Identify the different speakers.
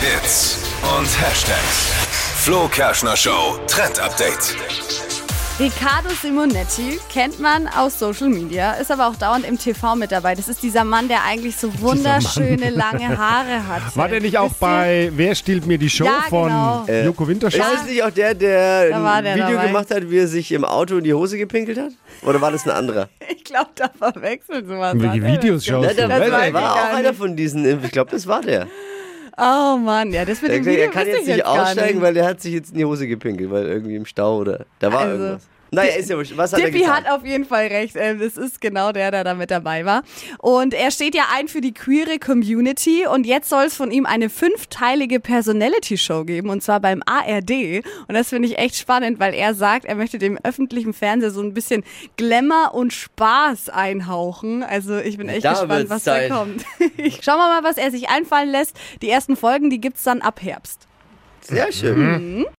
Speaker 1: Hits und Hashtags. Flo Kerschner Show Trend Update.
Speaker 2: Riccardo Simonetti kennt man aus Social Media, ist aber auch dauernd im TV mit dabei. Das ist dieser Mann, der eigentlich so wunderschöne lange Haare hat.
Speaker 3: War der nicht auch
Speaker 2: Wisst ihr?
Speaker 3: bei Wer stiehlt mir die Show
Speaker 2: Ja,
Speaker 3: von
Speaker 2: genau.
Speaker 4: Äh,
Speaker 3: Joko Winterscheid?
Speaker 4: Ist das nicht auch der, der
Speaker 2: Da war
Speaker 4: ein
Speaker 2: der
Speaker 4: Video
Speaker 2: dabei.
Speaker 4: gemacht hat, wie er sich im Auto in die Hose gepinkelt hat? Oder war das ein anderer?
Speaker 2: Ich glaube, da verwechseln sie was.
Speaker 3: Welche
Speaker 2: Hat er
Speaker 3: Videos
Speaker 2: das gemacht?
Speaker 3: schaust
Speaker 4: Ja,
Speaker 3: du?
Speaker 4: da
Speaker 2: Das
Speaker 4: war,
Speaker 2: weiß ich
Speaker 4: da war
Speaker 2: gar
Speaker 4: auch
Speaker 2: nicht.
Speaker 4: einer von diesen. Ich glaube, das war der.
Speaker 2: Oh Mann, ja, das mit
Speaker 4: Der,
Speaker 2: dem
Speaker 4: der,
Speaker 2: Video
Speaker 4: der kann
Speaker 2: wusste
Speaker 4: jetzt
Speaker 2: ich
Speaker 4: nicht
Speaker 2: gar
Speaker 4: aussteigen, weil der hat sich jetzt in die Hose gepinkelt, weil irgendwie im Stau oder. Da war
Speaker 2: Also,
Speaker 4: irgendwas. Naja, ist ja wurscht. Was hat er
Speaker 2: Tippi
Speaker 4: getan?
Speaker 2: hat auf jeden Fall recht. Ähm, Es ist genau der, der da mit dabei war. Und er steht ja ein für die queere Community. Und jetzt soll es von ihm eine fünfteilige Personality-Show geben. Und zwar beim ARD. Und das finde ich echt spannend, weil er sagt, er möchte dem öffentlichen Fernseher so ein bisschen Glamour und Spaß einhauchen. Also ich bin echt
Speaker 4: Da
Speaker 2: gespannt,
Speaker 4: wird's
Speaker 2: was
Speaker 4: Zeit.
Speaker 2: da kommt. Schauen wir mal, was er sich einfallen lässt. Die ersten Folgen, die gibt es dann ab Herbst.
Speaker 4: Sehr schön.